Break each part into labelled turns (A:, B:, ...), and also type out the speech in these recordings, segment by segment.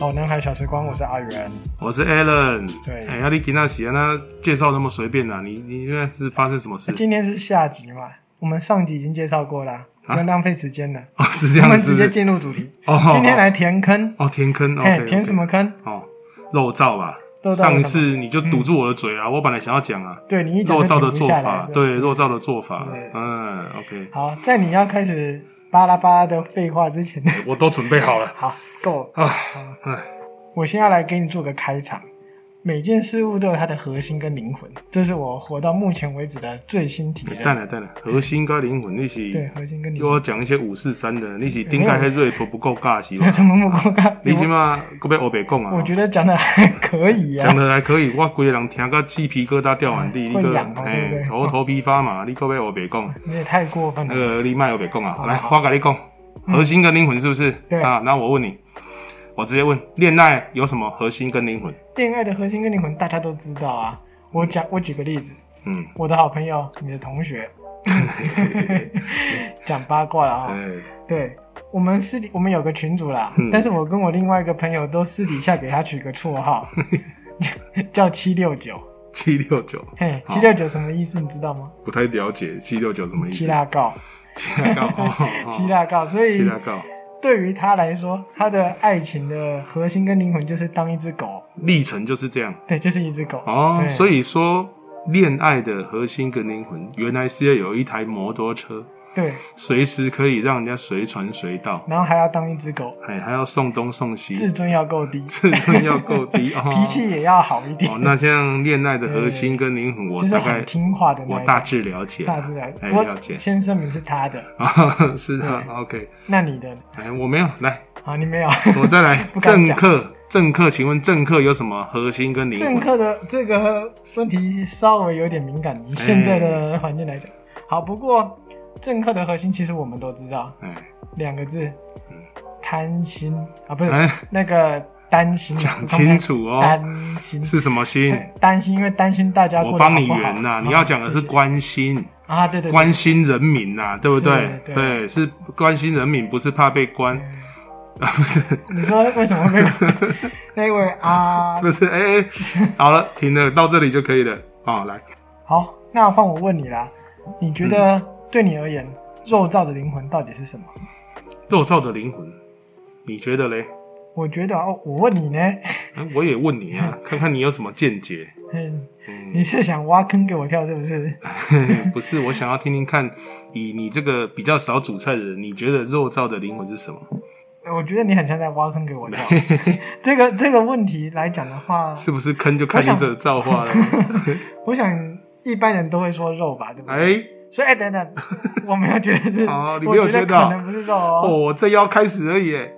A: 哦，男孩小时光，我是阿元。
B: 我是 Alan。
A: 对
B: 哎，阿力吉纳喜，那介绍那么随便啊？你你现在是发生什么事
A: 那？啊今天是下集嘛，我们上集已经介绍过啦，不用浪费时间了，
B: 哦，是啊这
A: 我
B: 样
A: 们
B: 子
A: 直接进入主题。
B: 哦，
A: 今天来填坑，
B: 哦填坑，
A: 哎、
B: OK，
A: 填
B: OK
A: 什么坑？
B: 哦，肉燥吧。
A: 肉燥是
B: 上一
A: 什
B: 次
A: 么
B: 你就堵住我的嘴啊！我本来想要讲啊，
A: 对你一讲
B: 肉燥
A: 就停
B: 的
A: 不
B: 做
A: 下
B: 法
A: 来，
B: 对肉燥的做法
A: 是，
B: 嗯，OK，
A: 好，在你要开始巴拉巴拉的废话之前，
B: 我都准备好了
A: 好够。
B: 啊，
A: 好
B: 哎，
A: 我先要来给你做个开场。每件事物都有它的核心跟灵魂，这是我活到目前为止的最新体验。
B: 淡了淡了，核心跟灵魂一起，
A: 对，哎核心跟灵
B: 又要
A: 魂。
B: 讲一些五四三的，你是顶盖迄瑞不不够 尬是吧
A: 有？什么目光看？
B: 你起码搁要欧北讲啊！
A: 我觉得讲的还可以呀、
B: 讲的还可以，我规个人听个鸡皮疙瘩掉满地，
A: 嗯
B: 那
A: 会
B: 个
A: 痒哦对不
B: 哎
A: 对
B: 头头皮发 麻，你搁要欧北 讲，
A: 你也太过分
B: 那
A: 了。
B: 个你卖欧北讲啊！
A: 好
B: 来，
A: 好
B: 我跟你讲，核心跟灵魂是不是？
A: 对
B: 啊，那我问你，我直接问，恋爱有什么核心跟灵魂？
A: 恋爱的核心跟灵魂大家都知道啊。我讲，我举个例子，
B: 嗯，
A: 我的好朋友，你的同学， 讲八卦了啊、
B: 哎，
A: 对，我们私底我们有个群主啦，
B: 嗯
A: 但是我跟我另外一个朋友都私底下给他取个绰 号，叫七六九。
B: 七六九
A: 嘿，
B: 好
A: 七六九什么意思？你知道吗？
B: 不太了解，七六九什么意思？
A: 七大告，
B: 七大告，哦 哦
A: 七大告。所
B: 七
A: 以
B: 大告，
A: 对于他来说，他的爱情的核心跟灵魂就是当一只狗，
B: 历程就是这样。
A: 对，就是一只狗。
B: 哦，
A: 对
B: 所以说恋爱的核心跟灵魂，原来是要有一台摩托车，
A: 对，
B: 随时可以让人家随传随到，
A: 然后还要当一只狗，
B: 哎，还要送东送西，
A: 自尊要够低，
B: 自尊要 够低，哦、
A: 脾气也要好一点，
B: 哦。那像恋爱的核心跟灵魂，我
A: 就是
B: 大
A: 很
B: 概
A: 听话的
B: 我
A: 那一
B: 大
A: 种。
B: 致了解，
A: 哎大自然，
B: 哎，
A: 我
B: 了解
A: 先声明是他的，
B: 啊， 是的，OK，
A: 那你的
B: 哎，我没有来，
A: 啊，你没有。
B: 我再来
A: 不，敢
B: 政
A: 讲
B: 客，政客，请问政客有什么核心跟灵
A: 政
B: 魂？
A: 客的这个问题稍微有点敏感，
B: 哎
A: 以现在的环境来讲，好，不过政客的核心其实我们都知道，
B: 哎，
A: 两个字
B: 嗯，
A: 贪心啊，不是、
B: 哎
A: 那个担心啊，
B: 讲
A: 我刚才
B: 清楚哦
A: 担心
B: 是什么心？
A: 对担心，因为担心大家过
B: 我
A: 得好
B: 帮
A: 不好
B: 你圆呐、你要讲的是
A: 谢谢
B: 关心。
A: 啊，对对对
B: 关心人民呐、对不对？
A: 是对
B: 是关心人民，不是怕被关，啊、不是，
A: 你说为什么会 被那位啊？
B: 不是，哎、哎，好了，停了，到这里就可以了。好、来，
A: 好，那换我问你啦，你觉得
B: 嗯
A: 对你而言，肉燥的灵魂到底是什么？
B: 肉燥的灵魂，你觉得嘞？
A: 我觉得哦，我问你呢，
B: 嗯我也问你啊，看看你有什么见解。
A: 嗯，你
B: 嗯，
A: 是想挖坑给我跳是不是？
B: 不是，我想要听听看，以你这个比较少煮菜的人，你觉得肉燥的灵魂是什么？
A: 我觉得你很像在挖坑给 我跳。这个这个问题来讲的话，
B: 是不是坑就看
A: 我
B: 你
A: 想
B: 这造化了？
A: 我想一般人都会说肉吧，对不对？
B: 哎，
A: 所以哎，等等， 我没有觉得是，
B: 哦你
A: 我
B: 没有
A: 觉得
B: 觉得啊
A: 可能不是肉哦。
B: 哦，这要开始而已耶。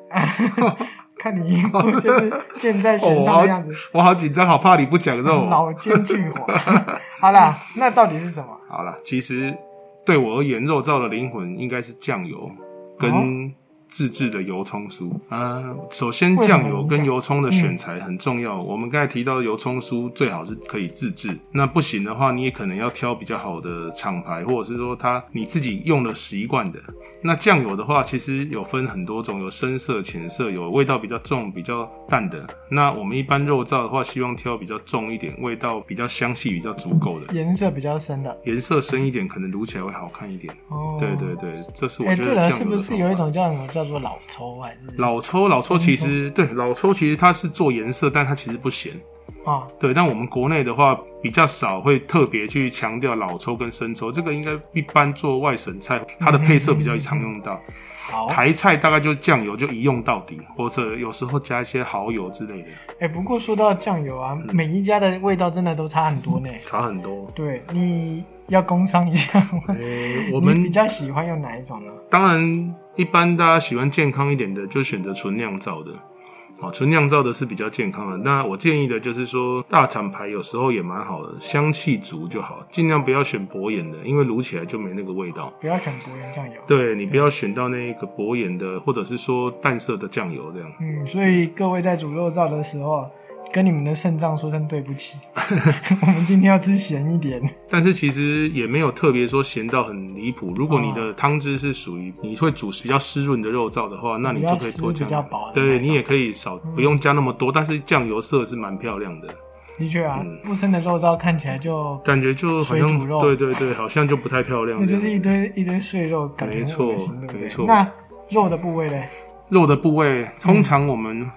A: 看你一副就是箭在弦上的样子，
B: 哦我好紧张，好怕你不讲肉。 哦
A: 老奸巨 猾。好啦，那到底是什么？
B: 好啦，其实对我而言，肉燥的灵魂应该是酱油跟自制的油葱酥。呃，首先
A: 哦啊为什么
B: 酱油
A: 影
B: 跟
A: 响
B: 油葱的选材很重要。我们刚才提到的油葱酥最好是可以自制，那不行的话，你也可能要挑比较好的厂牌，或者是说它你自己用了习惯的。那酱油的话，其实有分很多种，有深色、浅色，有味道比较重、比较淡的。那我们一般肉燥的话，希望挑比较重一点，味道比较香气比较足够的。
A: 颜色比较深的。
B: 颜色深一点，可能卤起来会好看一点。
A: 哦，
B: 对对。对，这是我
A: 哎，
B: 觉得
A: 对了，
B: 酱油的
A: 是不是
B: 方法
A: 有一种叫什么叫做老抽还是
B: 老抽？老抽其实对老抽其实它是做颜色，但它其实不咸。
A: 啊？
B: 对，但我们国内的话比较少会特别去强调老抽跟生抽，这个应该一般做外省菜，它的配色比较常用到。
A: 嗯好，
B: 台菜大概就酱油就一用到底，或者有时候加一些蚝油之类的，
A: 哎、不过说到酱油啊，
B: 嗯
A: 每一家的味道真的都差很多呢。
B: 差很多。
A: 对，你要工商一下吗？
B: 诶，
A: 我
B: 我们
A: 哎比较喜欢用哪一种呢？
B: 当然，一般大家喜欢健康一点的，就选择纯酿造的。好，纯酿造的是比较健康的。那我建议的就是说，大厂牌有时候也蛮好的，香气足就好，尽量不要选薄盐的，因为卤起来就没那个味道。
A: 不要选国盐酱油。
B: 对你不要选到那个薄盐的，或者是说淡色的酱油这样。
A: 嗯，所以各位在煮肉燥的时候，跟你们的肾脏说声对不 起， 我们今天要吃咸一点。
B: 但是其实也没有特别说咸到很离谱。如果你的汤汁是属于你会煮比较湿润的肉燥的话，那你就可以多
A: 比较湿
B: 加
A: 比较薄的，那
B: 对
A: 种嗯
B: 你也可以少不用加那么多，但是酱油色是蛮漂亮的，
A: 的确啊
B: 嗯，
A: 不生的肉燥看起来就
B: 感觉就好像
A: 水煮肉
B: 对对对，好像就不太漂亮
A: 那
B: 这
A: 就
B: 样。
A: 是一堆一堆碎肉，感觉
B: 没错
A: 很恶心对不对
B: 没错
A: 那肉的部位嘞，
B: 肉的部位，通常我们、
A: 嗯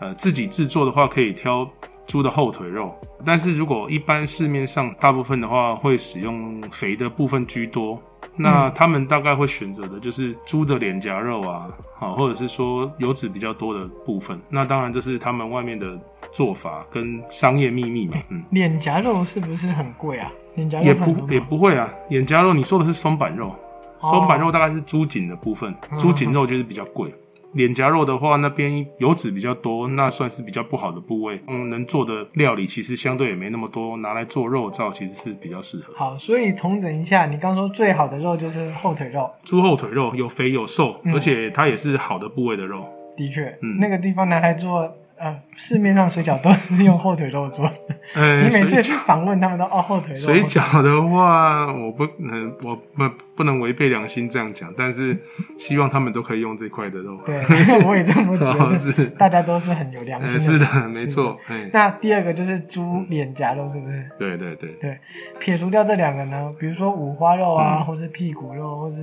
B: 呃自己制作的话，可以挑猪的后腿肉，但是如果一般市面上大部分的话，会使用肥的部分居多。
A: 嗯
B: 那他们大概会选择的就是猪的脸颊肉啊，好，或者是说油脂比较多的部分。那当然这是他们外面的做法跟商业秘密嘛，嗯，
A: 脸颊肉是不是很贵啊？脸颊肉
B: 也
A: 很多
B: 不
A: 吗
B: 也不会啊。脸颊肉你说的是松板肉，
A: 哦
B: 松板肉大概是猪颈的部分，
A: 嗯
B: 猪颈肉就是比较贵。脸颊肉的话，那边油脂比较多，那算是比较不好的部位。嗯，能做的料理其实相对也没那么多，拿来做肉燥其实是比较适合。
A: 好，所以统整一下，你刚说最好的肉就是后腿肉，
B: 猪后腿肉有肥有瘦，
A: 嗯
B: 而且它也是好的部位 的肉。
A: 的确，
B: 嗯
A: 那个地方拿来做。呃，市面上水饺都是用后腿肉做的。
B: 呃
A: 你每次
B: 水
A: 去访问他们都哦后腿肉，
B: 水
A: 后腿肉
B: 饺的话，我不能、我不不能违背良心这样讲，但是希望他们都可以用这块的肉。
A: 对， 我也这么觉
B: 哦
A: 得，
B: 是
A: 大家哎都是很有良
B: 呃，
A: 心
B: 是
A: 的。
B: 的，没错，嗯哎，
A: 那第二个就是猪脸颊肉，是不是？
B: 对对对，
A: 撇除掉这两个呢，比如说五花肉啊，
B: 嗯
A: 或是屁股肉，或是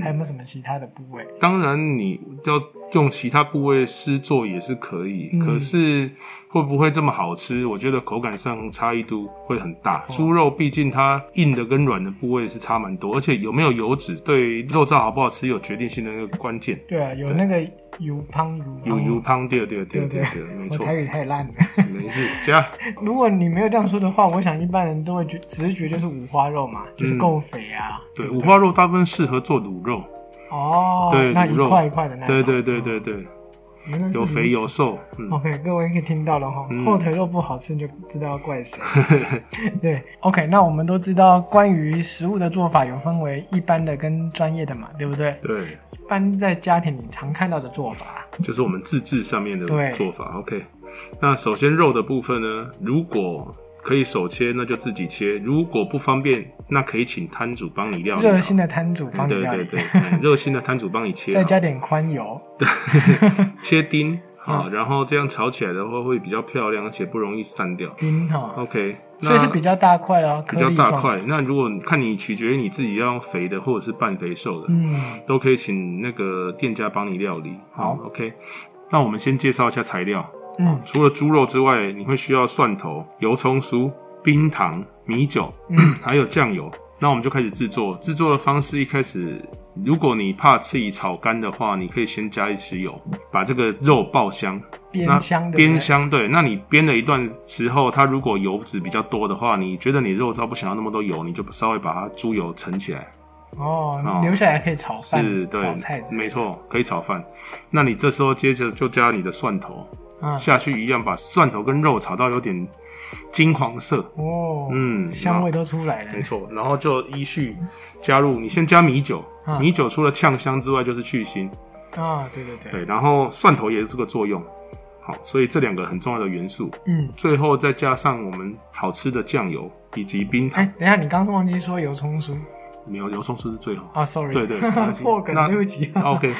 A: 还有
B: 嗯，
A: 没有什么其他的部位？
B: 当然你要用其他部位施做也是可以，
A: 嗯
B: 可是会不会这么好吃？我觉得口感上差异度会很大。
A: 哦
B: 猪肉毕竟它硬的跟软的部位是差蛮多，而且有没有油脂对肉燥好不好吃有决定性的那个关键。
A: 对啊，有那个油胖油胖
B: 有油汤，对对对对对，没
A: 哦我
B: 错
A: 台，语太烂了。
B: 没事，加
A: 如果你没有这样说的话，我想一般人都会觉直觉就是五花肉嘛，就是够肥啊。
B: 嗯对
A: 不
B: 五花肉大部分适合做卤肉，
A: 哦，
B: 对
A: 那
B: 卤
A: 一
B: 肉
A: 块一块的那种。哦
B: 对对对对对，
A: 原来是哦
B: 有肥有瘦，嗯
A: 如此。，OK，各位可以听到了哈，
B: 嗯
A: 后腿肉不好吃你就知道要怪 谁。对，OK，那我们都知道关于食物的做法有分为一般的跟专业的嘛，对不对？
B: 对，
A: 一般在家庭里常看到的做法，
B: 就是我们自制上面的
A: 对
B: 做法。OK，那首先肉的部分呢，如果可以手切，那就自己切；如果不方便，那可以请摊主帮你料理好。
A: 热心的摊主帮你
B: 对
A: 料
B: 对
A: 理，
B: 对，嗯热心的摊主帮你 切好，
A: 再加点宽油。
B: 切丁啊，然后这样炒起来的话会比较漂亮，而且不容易散掉。
A: 冰哈，
B: OK，那
A: 所以是比较大块哦，
B: 比
A: 颗
B: 较
A: 粒
B: 大
A: 状。
B: 块。那如果看你取决于你自己要肥的或者是半肥瘦的，
A: 嗯，
B: 都可以请那个店家帮你料理。
A: 好
B: 嗯，OK。那我们先介绍一下材料。
A: 嗯
B: 除了猪肉之外，你会需要蒜头、油葱酥、冰糖、米酒，
A: 嗯
B: 还有酱油。那我们就开始制作。制作的方式一开始，如果你怕自己炒干的话，你可以先加一匙油，把这个肉爆香。
A: 煸香的
B: 煸，香，对。那你煸了一段时候，它如果油脂比较多的话，你觉得你肉燥不想要那么多油，你就稍微把它猪油盛起来。
A: 对不对哦
B: 哦，
A: 留下来可以炒饭、
B: 是对
A: 炒菜之类的，
B: 没错，可以炒饭。那你这时候接着就加你的蒜头
A: 嗯，
B: 下去，一样把蒜头跟肉炒到有点金黄色，
A: 哦，
B: 嗯
A: 香味都出来了，
B: 没错。然后就依序加入，你先加米酒，
A: 嗯
B: 米酒除了呛香之外就是去腥，
A: 啊，对对对，
B: 对。然后蒜头也是这个作用，好，所以这两个很重要的元素。
A: 嗯，
B: 最后再加上我们好吃的酱油以及冰
A: 哎、
B: 糖，
A: 等一下，你刚刚忘记说油葱酥
B: 没有油葱酥是最好。
A: 啊，sorry，
B: 对 对没关系
A: 破梗，
B: 那哦
A: 对不起，
B: OK，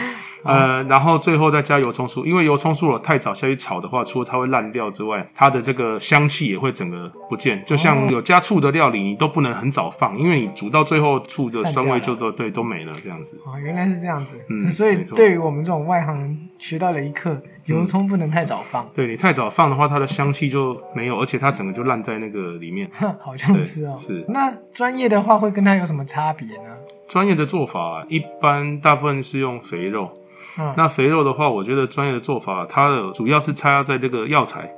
B: 呃，然后最后再加油葱酥，因为油葱酥如果太早下去炒的话，除了它会烂掉之外，它的这个香气也会整个不见。就像有加醋的料理，你都不能很早放，因为你煮到最后醋的酸味就都对都没了这样子。
A: 哦，原来是这样子，
B: 嗯
A: 所以
B: 没错
A: 对于我们这种外行人学到了一课，油葱不能太早放，
B: 对你太早放的话，它的香气就没有，而且它整个就烂在那个里面。
A: 好像是哦。
B: 对是
A: 那专业的话会跟它有什么差别呢？
B: 专业的做法一般大部分是用肥肉，
A: 嗯，
B: 那肥肉的话，我觉得专业的做法，它的主要是插在这个药材，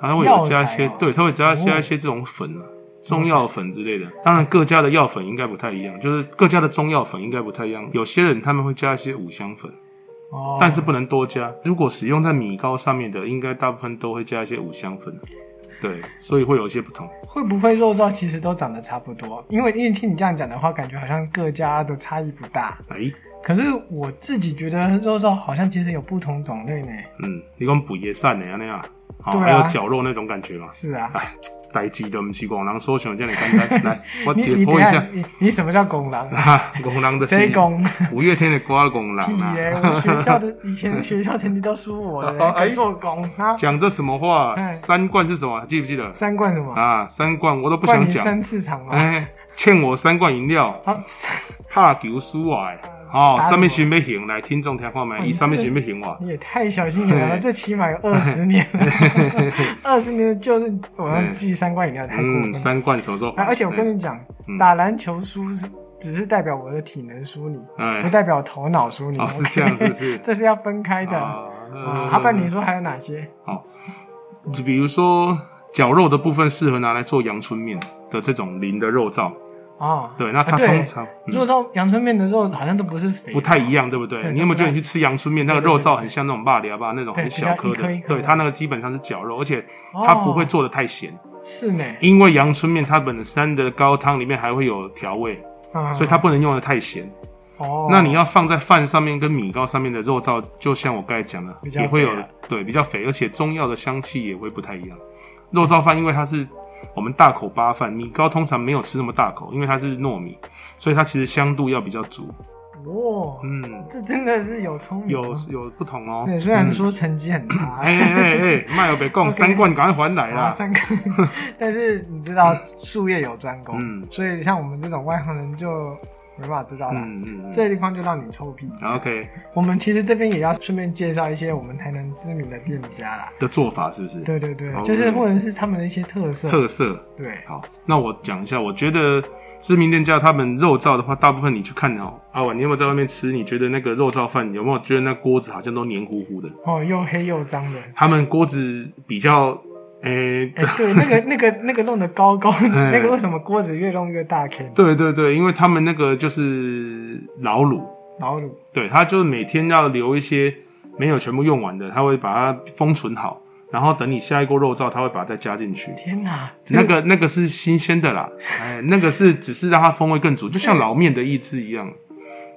B: 它会有加一些，
A: 药材哦哦
B: 对，它会加加一些这种粉啊，中药粉之类的。当然，各家的药粉应该不太一样，就是各家的中药粉应该不太一样。有些人他们会加一些五香粉，
A: 哦，
B: 但是不能多加。如果使用在米糕上面的，应该大部分都会加一些五香粉。对，所以会有一些不同。
A: 会不会肉燥其实都长得差不多？因为因为听你这样讲的话，感觉好像各家的差异不大。
B: 哎，
A: 可是我自己觉得肉燥好像其实有不同种类呢。
B: 嗯，你讲补叶散的那样，好、
A: 对啊
B: 还有绞肉那种感觉嘛。
A: 是啊，
B: 哎，代志都不是讲人所想这样简单。来，我
A: 你
B: 解
A: 你等
B: 剖一
A: 下
B: 下，
A: 你你什么叫拱 狼？
B: 啊，戆人 的
A: 谁 拱？
B: 五月天的歌戆
A: 屁
B: 人
A: 嘞！
B: 啊！
A: 我学校的以前学校成绩都输我的
B: 哦
A: 嘞，
B: 哎
A: 敢做工啊！
B: 讲这什么话？
A: 哎
B: 三冠是什么？记不记得？
A: 三罐什么？
B: 啊，三冠我都不
A: 灌
B: 想
A: 你
B: 讲。
A: 三次场嘛。
B: 哎，欠我三罐饮料，
A: 好，三
B: 怕球输我的。
A: 啊打
B: 哦，
A: 什么
B: 上面行要行？来，听众听看
A: 哦
B: 麦，
A: 你
B: 伊上面
A: 这
B: 行要行我？
A: 你也太小心眼了，
B: 嘿
A: 这起码有二十年 了，二十年就是我要记三罐饮料太过分
B: 嗯，
A: 了。
B: 三冠什么时候还？
A: 啊而且我跟你讲
B: 嗯，
A: 打篮球输是只是代表我的体能输你，
B: 哎，
A: 不代表头脑输你。
B: 哦是这样
A: OK？
B: 是不是
A: 这是要分开的。啊，
B: 啊
A: 阿半，你说还有哪些？
B: 就比如说绞肉的部分适合拿来做阳春面的这种零的肉燥，
A: 哦，
B: 对，那它
A: 啊对
B: 通常、嗯
A: 肉燥阳春面的肉好像都不是肥，
B: 不太一。样，对不
A: 对
B: 对？你有没有觉得
A: 对
B: 你去吃阳春面，那个
A: 对对
B: 肉
A: 对
B: 燥很像那种霸里吧那种
A: 对
B: 很小颗
A: 比较一颗一颗啊
B: 的，
A: 哦的
B: 对，它那个基本上是绞肉，而且它不会做的太咸，
A: 是呢，
B: 因为阳春面它本身的高汤里面还会有调味，
A: 嗯
B: 所以它不能用的太咸。
A: 哦，
B: 那你要放在饭上面跟米糕上面的肉燥，就像我刚才讲的
A: 比，较
B: 也会有
A: 肥啊
B: 对比较肥，而且中药的香气也会不太一样。肉燥饭因为它是我们大口扒饭，米糕通常没有吃那么大口，因为它是糯米，所以它其实香度要比较足。
A: 哦，
B: 嗯，
A: 这真的是有聪明
B: 有
A: 哦，
B: 有不同哦。
A: 对，虽然
B: 嗯
A: 说成绩很差，
B: 哎哎 哎哎，卖有北贡
A: OK
B: 三罐，赶快还来
A: 啊
B: 啦！
A: 三个，但是你知道术业有专攻，
B: 嗯
A: 所以像我们这种外行人就没办法知道了。
B: 嗯嗯，
A: 这个地方就让你臭屁。
B: 嗯 OK
A: 我们其实这边也要顺便介绍一些我们台南知名的店家啦。
B: 的做法是不是？
A: 对对对，
B: 哦
A: 就是或者是他们的一些特色。
B: 特色
A: 对，
B: 好，那我讲一下，我觉得知名店家他们肉燥的话，大部分你去看哦，阿婉，你有没有在外面吃？你觉得那个肉燥饭有没有觉得那锅子好像都黏糊糊的？
A: 哦，又黑又脏的。
B: 他们锅子比较，诶、
A: 哎，对，那个那个那个弄得高高的，
B: 哎
A: 那个为什么锅子越弄越大坑？
B: 对对对，因为他们那个就是老卤，
A: 老卤
B: 对，他就是每天要留一些没有全部用完的，他会把它封存好，然后等你下一锅肉燥，他会把它再加进去。
A: 天哪，
B: 那个那个是新鲜的啦，哎，那个是只是让它风味更足，就像老面的意志一样。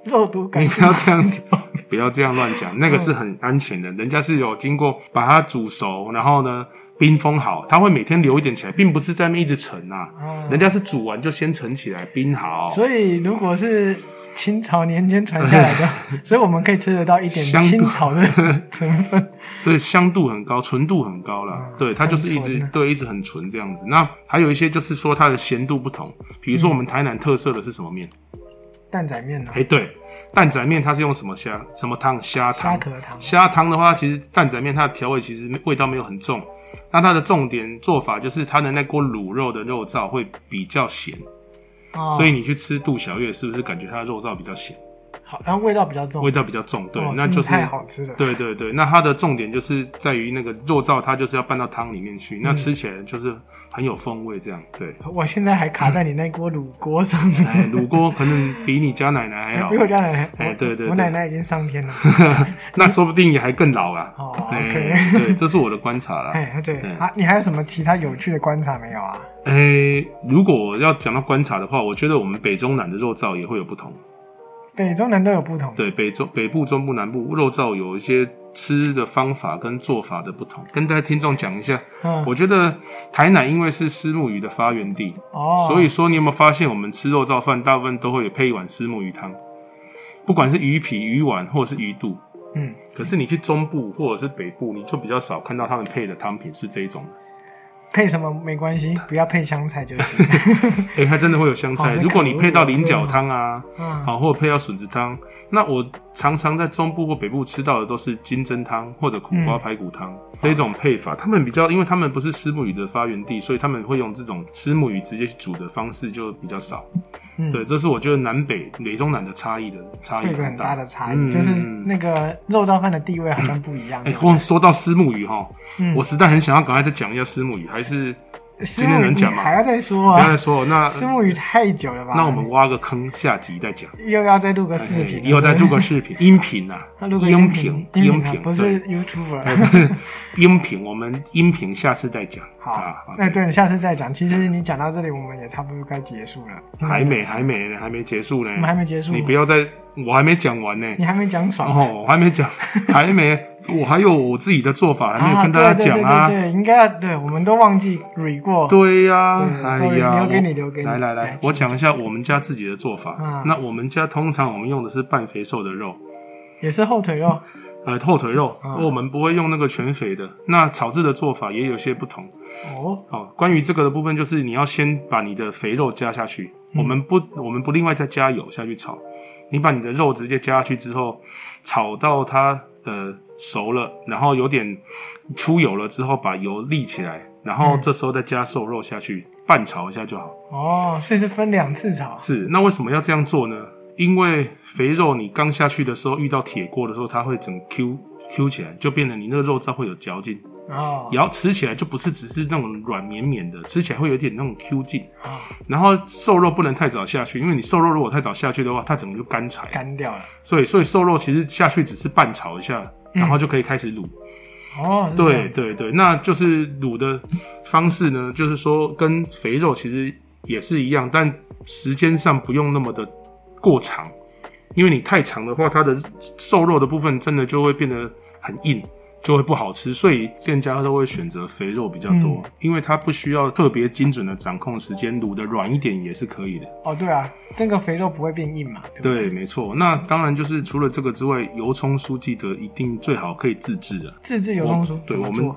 A: 肉毒杆
B: 你
A: 菌
B: 不要这样子，不要这样乱讲，那个是很安全的，人家是有经过把它煮熟，然后呢冰封好，它会每天留一点起来，并不是在那边一直盛啊，
A: 啊
B: 人家是煮完就先盛起来冰好，
A: 所以，如果是清朝年间传下来 的，所以我们可以吃得到一点
B: 香
A: 清朝的 成分。
B: 所以香度很高，纯度很高啦。
A: 嗯
B: 对，它就是一
A: 很
B: 直
A: 纯啊
B: 对一直很纯这样子。那还有一些就是说它的咸度不同，比
A: 嗯
B: 如说我们台南特色的是什么面？
A: 蛋仔面呢、啊
B: 哎、对，蛋仔面它是用什么虾什么汤？虾
A: 虾
B: 汤。
A: 壳汤，啊
B: 虾汤的话，其实蛋仔面它的调味其实味道没有很重，那它的重点做法就是它的那锅卤肉的肉燥会比较咸，
A: 哦、
B: 所以你去吃杜小月是不是感觉它的肉燥比较咸，
A: 好，然后味道比较重，
B: 味道比较重？对，
A: 哦
B: 那
A: 真的
B: 就是
A: 太好吃了。
B: 对对对，那它的重点就是在于那个肉燥，它就是要拌到汤里面去，那
A: 嗯
B: 吃起来就是很有风味这样。对，
A: 我现在还卡在你那锅卤锅上
B: 哎，
A: 面，
B: 卤锅可能比你家奶奶还老
A: 比，我家奶奶，我
B: 哎对对对
A: 我奶奶已经上天 了。
B: 那说不定也还更老啊。
A: 哦
B: 哎
A: ，OK
B: 对，这是我的观察啦。
A: 哎，对
B: 嗯
A: 啊，你还有什么其他有趣的观察没有啊？
B: 诶、哎如果我要讲到观察的话，我觉得我们北中南的肉燥也会有不同。
A: 北中南都有不同，
B: 对，北中北部、中部、南部肉燥有一些吃的方法跟做法的不同。跟大家听众讲一下，
A: 嗯，
B: 我觉得台南因为是虱目鱼的发源地，
A: 哦，
B: 所以说你有没有发现我们吃肉燥饭大部分都会配一碗虱目鱼汤，不管是鱼皮、鱼丸或者是鱼肚。
A: 嗯，
B: 可是你去中部或者是北部，你就比较少看到他们配的汤品是这一种。
A: 配什么没关系，不要配香菜就 行。
B: 诶、它真的会有香
A: 哦
B: 菜。
A: 这
B: 如果你
A: 可恶
B: 配到菱
A: 对
B: 角
A: 啊
B: 汤啊，
A: 嗯，
B: 好，或者配到笋子汤。那我常常在中部或北部吃到的都是金针汤或者苦瓜排骨汤、
A: 嗯
B: 这种配法。他们比较，因为他们不是虱目鱼的发源地，所以他们会用这种虱目鱼直接去煮的方式就比较少。
A: 嗯，
B: 对，这是我觉得南北北中南的差异的差异
A: 会有一个很大的差异，
B: 嗯
A: 就是那个肉燥饭的地位好像不一样。
B: 哎，光说到虱目鱼哈，
A: 嗯
B: 我实在很想要赶快再讲一下虱目鱼，还是今天能讲吗？
A: 还要再说
B: 不要再
A: 啊，
B: 说那
A: 石目鱼太久了吧？
B: 那我们挖个坑，下集 再讲。哎
A: 又要再录个视频，
B: 以后再录个 视频、音频呐、
A: 对不对录个
B: 音
A: 频
B: 频，、
A: 音
B: 音
A: 频啊
B: 频，
A: 不
B: 对
A: 是 YouTube
B: 哎
A: 了。
B: 不是 音频，我们音频下次再讲。啊
A: 好，
B: ，OK
A: 那对，下次再讲。其实你讲到这里，我们也差不多该结束了。嗯
B: 还没，还没呢，还没结束呢
A: 我，们还没结束，
B: 你不要再我还没讲完呢、
A: 你还没讲爽。
B: 哦，我还 没讲，还没，我还有我自己的做法还没有跟大家讲
A: 啊
B: 啊
A: 对。对对对对，应该要对，我们都忘记 re 过。
B: 对呀、
A: 对
B: 哎
A: ，sorry，
B: 呀，
A: 留给你
B: 我
A: 留给你
B: 来来
A: 来
B: 来，我讲一下我们家自己的做法。
A: 嗯
B: 那我们家通常我们用的是半肥瘦的肉，
A: 也是后腿哦肉。
B: 呃，后腿肉，
A: 嗯
B: 我们不会用那个全肥的。那炒制的做法也有些不同。
A: 哦，
B: 哦，关于这个的部分，就是你要先把你的肥肉加下去，
A: 嗯
B: 我们不我们不另外再加油下去炒，你把你的肉直接加下去之后，炒到它呃熟了，然后有点出油了之后，把油沥起来，然后
A: 嗯
B: 这时候再加瘦肉下去拌炒一下就好。
A: 哦，所以是分两次炒。
B: 是，那为什么要这样做呢？因为肥肉你刚下去的时候遇到铁锅的时候，它会整 Q Q 起来，就变得你那个肉燥会有嚼劲。
A: 哦，
B: 然后吃起来就不是只是那种软绵绵的，吃起来会有点那种 Q 劲。
A: 哦
B: 然后瘦肉不能太早下去，因为你瘦肉如果太早下去的话，它整个就干柴。
A: 干掉了。
B: 所以，所以瘦肉其实下去只是拌炒一下，然后就可以开始卤。
A: 哦，是这
B: 对
A: 样子
B: 对对，那就是卤的方式呢，就是说跟肥肉其实也是一样，但时间上不用那么的过长，因为你太长的话，它的瘦肉的部分真的就会变得很硬。就会不好吃，所以店家都会选择肥肉比较多，因为它不需要特别精准的掌控时间，卤的软一点也是可以的。
A: 哦，对啊，这个肥肉不会变硬嘛？对不对
B: 对，没错。那当然就是除了这个之外，油葱酥记得一定最好可以自制的、
A: 自制油葱
B: 我
A: 酥
B: 对
A: 怎么
B: 我们
A: 做？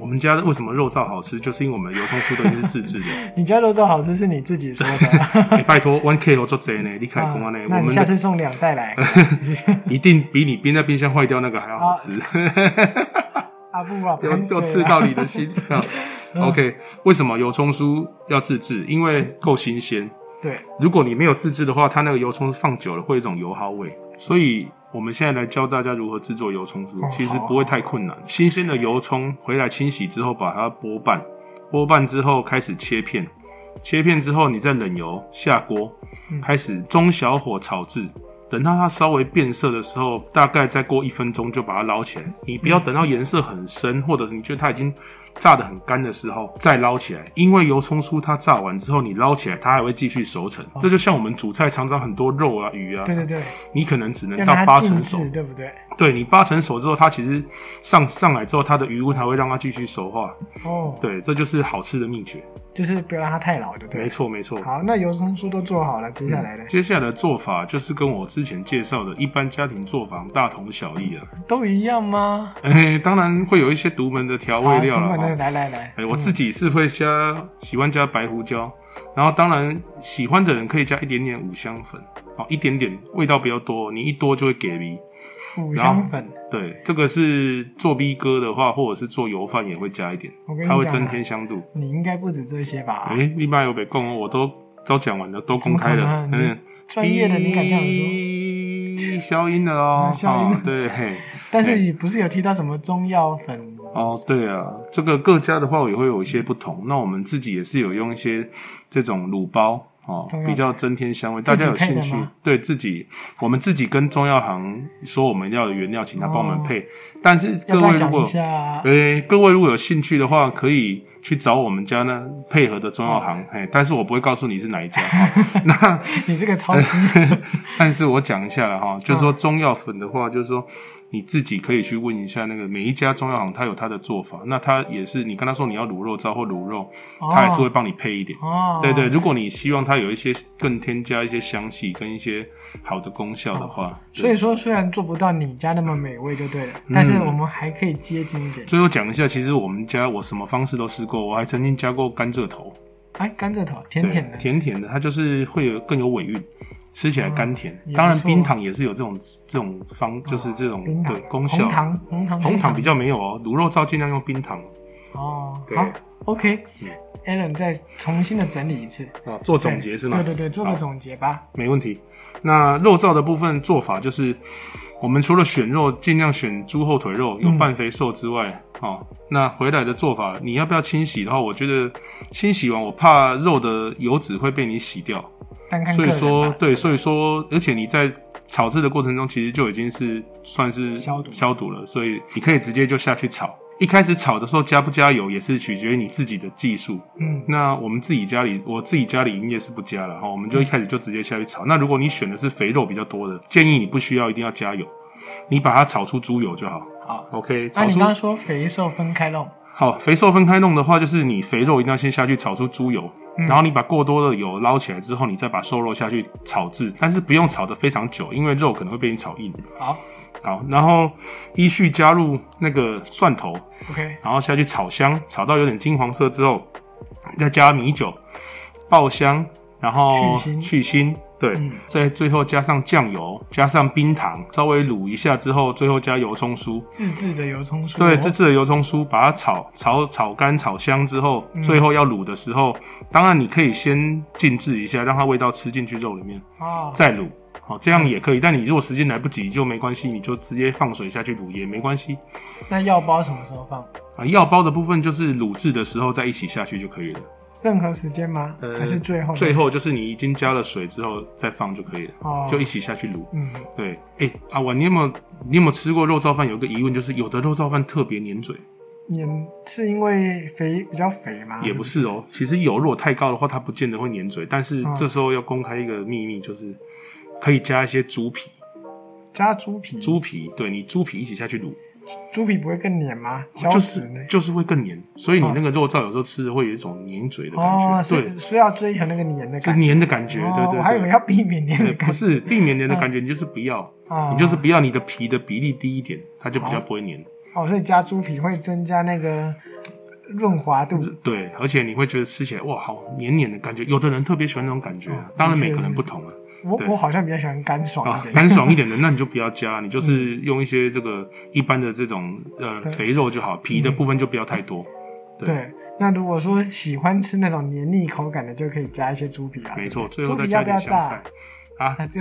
B: 我们家为什么肉燥好吃，就是因为我们油葱酥都是自制的。
A: 你家肉燥好吃是你自己说 的。
B: 哎、拜托，One K 我做贼呢，你开工啊呢，
A: 那
B: 我
A: 你
B: 们
A: 下
B: 的
A: 次送两袋 来。
B: 一定比你冰在冰箱坏掉那个还要好吃，
A: 阿布啊，
B: 又
A: 盘
B: 又
A: 水
B: 刺
A: 啊
B: 到你 的心脏。OK，为什么油葱酥要自制？因为够新鲜。
A: 对，
B: 如果你没有自制的话，它那个油葱放久了会有一种油耗味，所以。我们现在来教大家如何制作油葱酥
A: 哦，
B: 其实不会太困难。新鲜的油葱回来清洗之后，把它剥半，剥半之后开始切片，切片之后你再冷油下锅，
A: 嗯
B: 开始中小火炒制。等到它稍微变色的时候，大概再过一分钟就把它捞起来。你不要等到颜色很深，或者是你觉得它已经炸得很干的时候再捞起来，因为油葱酥它炸完之后，你捞起来它还会继续熟成。这就像我们煮菜常常很多肉啊、鱼啊，
A: 哦对对对，
B: 你可能只能
A: 要
B: 到
A: 拿
B: 八
A: 静
B: 成熟
A: 置，对不对？
B: 对你八成熟之后，它其实上上来之后，它的余温还会让它继续熟化。
A: 哦，，
B: 对，这就是好吃的秘诀。
A: 就是不要让它太老，对不
B: 没
A: 对？
B: 错，没错。
A: 好，那油葱酥都做好了，接下来呢，
B: 嗯接下来的做法就是跟我之前介绍的一般家庭做法大同小异了。
A: 都一样吗？
B: 哎、当然会有一些独门的调味
A: 好，
B: 料
A: 等
B: 了
A: 会
B: 哈。
A: 儿来来来嗯
B: 哎、，我自己是会加喜欢加白胡椒，然后当然喜欢的人可以加一点点五香粉，哦，一点点，味道比较多，你一多就会给味。
A: 五
B: 然后
A: 香粉，
B: 对，这个是做逼哥的话，或者是做油饭也会加一点
A: 我跟，你
B: 它会
A: 讲
B: 增
A: 啊
B: 添香度。
A: 你应该不止这些吧
B: 哎、？另外有北贡哦，我都都讲完了，都公开
A: 怎么
B: 了
A: 可，能
B: 嗯。
A: 专业的你敢这样说？
B: 说？消音的哦，
A: 嗯消音
B: 哦对嘿
A: 但是你不是有提到什么中药粉？
B: 哎哦，对啊，这个各家的话也会有一些不同。那我们自己也是有用一些这种卤包哦
A: 中药，
B: 比较增添香味。
A: 自
B: 大
A: 己
B: 家有
A: 配的
B: 兴
A: 吗
B: 趣，对自己，我们自己跟中药行说我们要的原料，请他帮我们配。但是
A: 要
B: 各
A: 不
B: 位
A: 哦要
B: 如
A: 讲一
B: 果
A: 下啊？
B: 呃，各位如果有兴趣的话，可以去找我们家呢配合的中药行，嘿，但是我不会告诉你是哪一家哦哈。那
A: 你这个超 级
B: 但是我讲一下了
A: 嗯
B: 哈，就是说中药粉的话，就是说你自己可以去问一下那个每一家中药行，它有它的做法。那它也是你跟他说你要卤肉燥或卤肉，它还是会帮你配一点。
A: 哦，
B: 对对，如果你希望它有一些更添加一些香气跟一些好的功效的话，
A: 哦
B: 对
A: 所以说，虽然做不到你家那么美味就对了，但是我们还可以接近一点。
B: 嗯最后讲一下，其实我们家我什么方式都试过，我还曾经加过甘蔗头，
A: 哎，甘蔗头甜
B: 对
A: 甜的，
B: 甜甜的，它就是会有更有尾韵。吃起来甘甜，
A: 嗯也
B: 当然
A: 不错哦
B: 冰糖也是有这种这种方，就是这种
A: 冰糖
B: 对功效。
A: 红糖红糖
B: 红糖比较没有哦，卤肉燥尽量用冰糖
A: 哦。
B: 对
A: 好，OK
B: 嗯。
A: Allen 再重新的整理一次，
B: 啊。做总结是吗？
A: 对对对，做个
B: 好
A: 总结吧。
B: 没问题。那肉燥的部分做法就是，我们除了选肉，尽量选猪后腿肉，有
A: 嗯
B: 半肥瘦之外，哦，那回来的做法，你要不要清洗的话，我觉得清洗完，我怕肉的油脂会被你洗掉，
A: 单看个
B: 所以
A: 人吧
B: 说，对，所以说，而且你在炒制的过程中，其实就已经是算是
A: 消毒
B: 消毒了，所以你可以直接就下去炒。一开始炒的时候加不加油也是取决于你自己的技术。
A: 嗯
B: 那我们自己家里，我自己家里营业是不加了哈，我们就一开始就直接下去炒。那如果你选的是肥肉比较多的，建议你不需要一定要加油，你把它炒出猪油就好。
A: 好。
B: OK，
A: 那、
B: 炒
A: 你
B: 出
A: 刚刚说肥瘦分开弄，
B: 好肥瘦分开弄的话，就是你肥肉一定要先下去炒出猪油，
A: 嗯
B: 然后你把过多的油捞起来之后，你再把瘦肉下去炒制，但是不用炒得非常久，因为肉可能会被你炒硬。
A: 好
B: 好，然后依序加入那个蒜头，
A: ，OK，
B: 然后下去炒香，炒到有点金黄色之后，再加米酒爆香，然后
A: 去腥
B: 去腥，对，
A: 嗯
B: 再最后加上酱油，加上冰糖，稍微卤一下之后，最后加油葱酥。
A: 自制的油葱酥，
B: 对，自制的油葱酥，把它炒炒炒干、炒香之后，
A: 嗯
B: 最后要卤的时候，当然你可以先静置一下，让它味道吃进去肉里面，
A: 哦，
B: 再卤。好，
A: 嗯
B: 这样也可以。但你如果时间来不及，就没关系，你就直接放水下去卤也没关系。
A: 那药包什么时候放？
B: 啊，药包的部分就是卤制的时候再一起下去就可以了。
A: 任何时间吗？
B: 呃
A: 还是最后？
B: 最，后就是你已经加了水之后再放就可以了，
A: 哦
B: 就一起下去卤。
A: 嗯，
B: 对，哎、阿婉，你有没有你有没有吃过肉燥饭？有个疑问就是，有的肉燥饭特别粘嘴，
A: 也是因为肥比较肥吗？
B: 也不是哦。其实油如果太高的话，它不见得会粘嘴，但是
A: 嗯
B: 这时候要公开一个秘密，就是可以加一些猪皮，
A: 加猪皮，
B: 猪皮，对你猪皮一起下去卤，
A: 猪皮不会更黏吗？消
B: 就
A: 脂呢
B: 是？就是会更粘，所以你
A: 嗯
B: 那个肉燥有时候吃会有一种粘嘴的感觉，
A: 哦，
B: 对
A: 是，是要追求那个黏的
B: 是
A: 感觉。
B: 粘的感觉，
A: 哦
B: 对对对。
A: 我还以为要避免黏
B: 对，
A: 的感
B: 呃不
A: 觉，嗯
B: 是避免粘的感觉，你就是不要，
A: 哦
B: 你就是不要你的皮的比例低一点，它就比较不会粘。
A: 哦，所以加猪皮会增加那个润滑度。
B: 对，而且你会觉得吃起来哇，好黏黏的感觉。有的人特别喜欢那种感觉啊
A: 哦，
B: 当然
A: 的确
B: 每个人
A: 是哦
B: 不同啊。
A: 我
B: 对
A: 我好像比较喜欢干爽一
B: 啊，
A: 点。
B: 干爽一点的，那你就不要 加，你就是用一些这个一般的这种呃
A: 嗯对嗯
B: 肥肉就好，皮的部分就不要太多。对，
A: 对，那如果说喜欢吃那种黏腻口感的，就可以加一些猪皮啊。
B: 没
A: 对
B: 错，
A: 不对
B: 最后再
A: 猪皮要
B: 加
A: 不要
B: 点香菜
A: 炸？嗯
B: 啊
A: 啊，就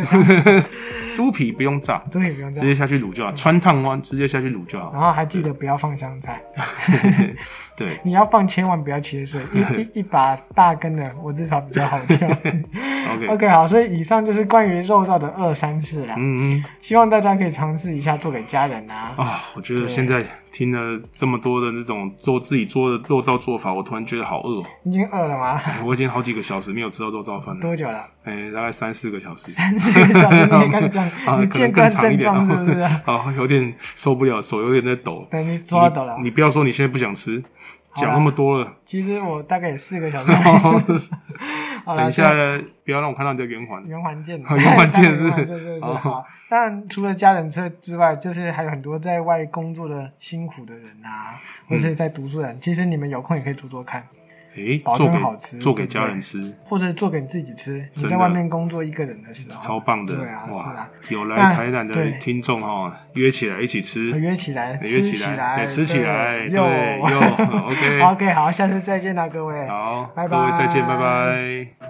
B: 猪皮不用炸，
A: 猪皮不用
B: 直
A: 炸，
B: 接下去卤就好，穿烫完直接下去卤就好。
A: 然后还记得不要放香菜，
B: 对，
A: 你要放千万不要切碎， 一一一把大根的，我至少比较好挑。
B: OK
A: OK，好，所以以上就是关于肉燥的二三事啦，
B: 嗯嗯。
A: 希望大家可以尝试一下做给家人啊。
B: 啊，我觉得
A: 对
B: 现在听了这么多的这种做自己做的肉燥做法，我突然觉得好饿哦！
A: 你已经饿了吗？
B: 哎我已经好几个小时没有吃到肉燥饭了，
A: 多久了？
B: 哎、大概三四个小时，，
A: 三十个小时你也敢讲
B: 啊，
A: 你
B: 可
A: 健
B: 能更
A: 康
B: 长
A: 症
B: 一点
A: 状
B: 啊，
A: 是不是？
B: 啊，有点受不了，手有点在抖。
A: 对，你抓到了
B: 你。。你不要说你现在不想吃，
A: 好啦
B: 讲那么 多了，
A: 其实我大概也四个小时。好
B: 等
A: 了，
B: 一
A: 就
B: 下不要让我看到你的圆环。。
A: 圆环见
B: 圆环见是不是
A: 大概圆环见对对对。
B: 哦
A: 好，但除了家人之之外，就是还有很多在外工作的辛苦的人啊，或是在读书的人，其实你们有空也可以做做看，
B: 哎、
A: 保
B: 做
A: 证
B: 给
A: 好吃
B: 做给
A: 对不
B: 家人
A: 对
B: 吃，
A: 或者做给你自己吃。你
B: 真
A: 在
B: 的
A: 外面工作一个人的时候，
B: 超棒的，
A: 对啊是
B: 哇
A: 啊！
B: 有来
A: 那
B: 台南的
A: 对
B: 听众哦，约起来一起吃，
A: 约起来，
B: 约
A: 吃
B: 起
A: 起
B: 来，
A: 来，
B: 哎吃起来，对，
A: 又
B: 又 OK，
A: OK，好，下次再见啦，各位。
B: 好，
A: 拜
B: 各位再见，
A: 拜
B: 拜拜。